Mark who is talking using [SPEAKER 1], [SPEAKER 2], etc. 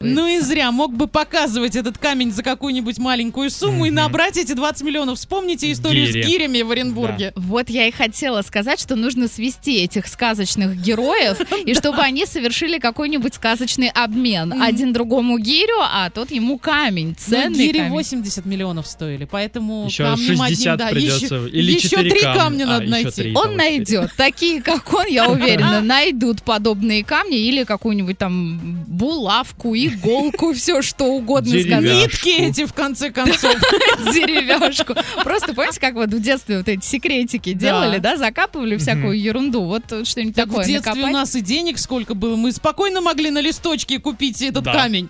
[SPEAKER 1] Ну и
[SPEAKER 2] Пыльца.
[SPEAKER 1] зря, мог бы показывать этот камень за какую-нибудь маленькую сумму и
[SPEAKER 2] Мгм.
[SPEAKER 1] набрать эти 20 миллионов. Вспомните историю
[SPEAKER 2] Гири.
[SPEAKER 1] с гирями в Оренбурге. Ну,
[SPEAKER 3] Вот я и хотела сказать, что нужно свести этих сказочных героев, и чтобы они совершили какой-нибудь сказочный обмен.
[SPEAKER 1] Мгм. Ну,
[SPEAKER 3] Один другому гирю, а тот ему камень,
[SPEAKER 1] Но
[SPEAKER 3] ценный
[SPEAKER 1] гири
[SPEAKER 3] камень.
[SPEAKER 1] 80 миллионов стоили, поэтому
[SPEAKER 2] Еще
[SPEAKER 1] Ну, камнем
[SPEAKER 2] 60
[SPEAKER 1] одним, да,
[SPEAKER 2] придется.
[SPEAKER 1] еще,
[SPEAKER 2] или
[SPEAKER 1] еще
[SPEAKER 2] 4
[SPEAKER 1] три
[SPEAKER 2] камня,
[SPEAKER 1] камня,
[SPEAKER 2] А,
[SPEAKER 1] надо
[SPEAKER 2] еще
[SPEAKER 1] найти.
[SPEAKER 2] три,
[SPEAKER 3] Он
[SPEAKER 2] того, четыре.
[SPEAKER 3] найдет, такие как он, я уверена, найдут подобные камни или какую-нибудь там булавку, иголку, все что угодно
[SPEAKER 2] Деревяшку.
[SPEAKER 3] сказать.
[SPEAKER 1] Нитки эти, в конце концов.
[SPEAKER 3] деревяшку. Просто помните, как вот в детстве вот эти секретики делали, да, закапывали всякую ерунду. Вот что-нибудь
[SPEAKER 1] Так
[SPEAKER 3] такое
[SPEAKER 1] в детстве у
[SPEAKER 3] накопать.
[SPEAKER 1] нас и денег сколько было, мы спокойно могли на листочке купить этот
[SPEAKER 2] Да.
[SPEAKER 1] камень.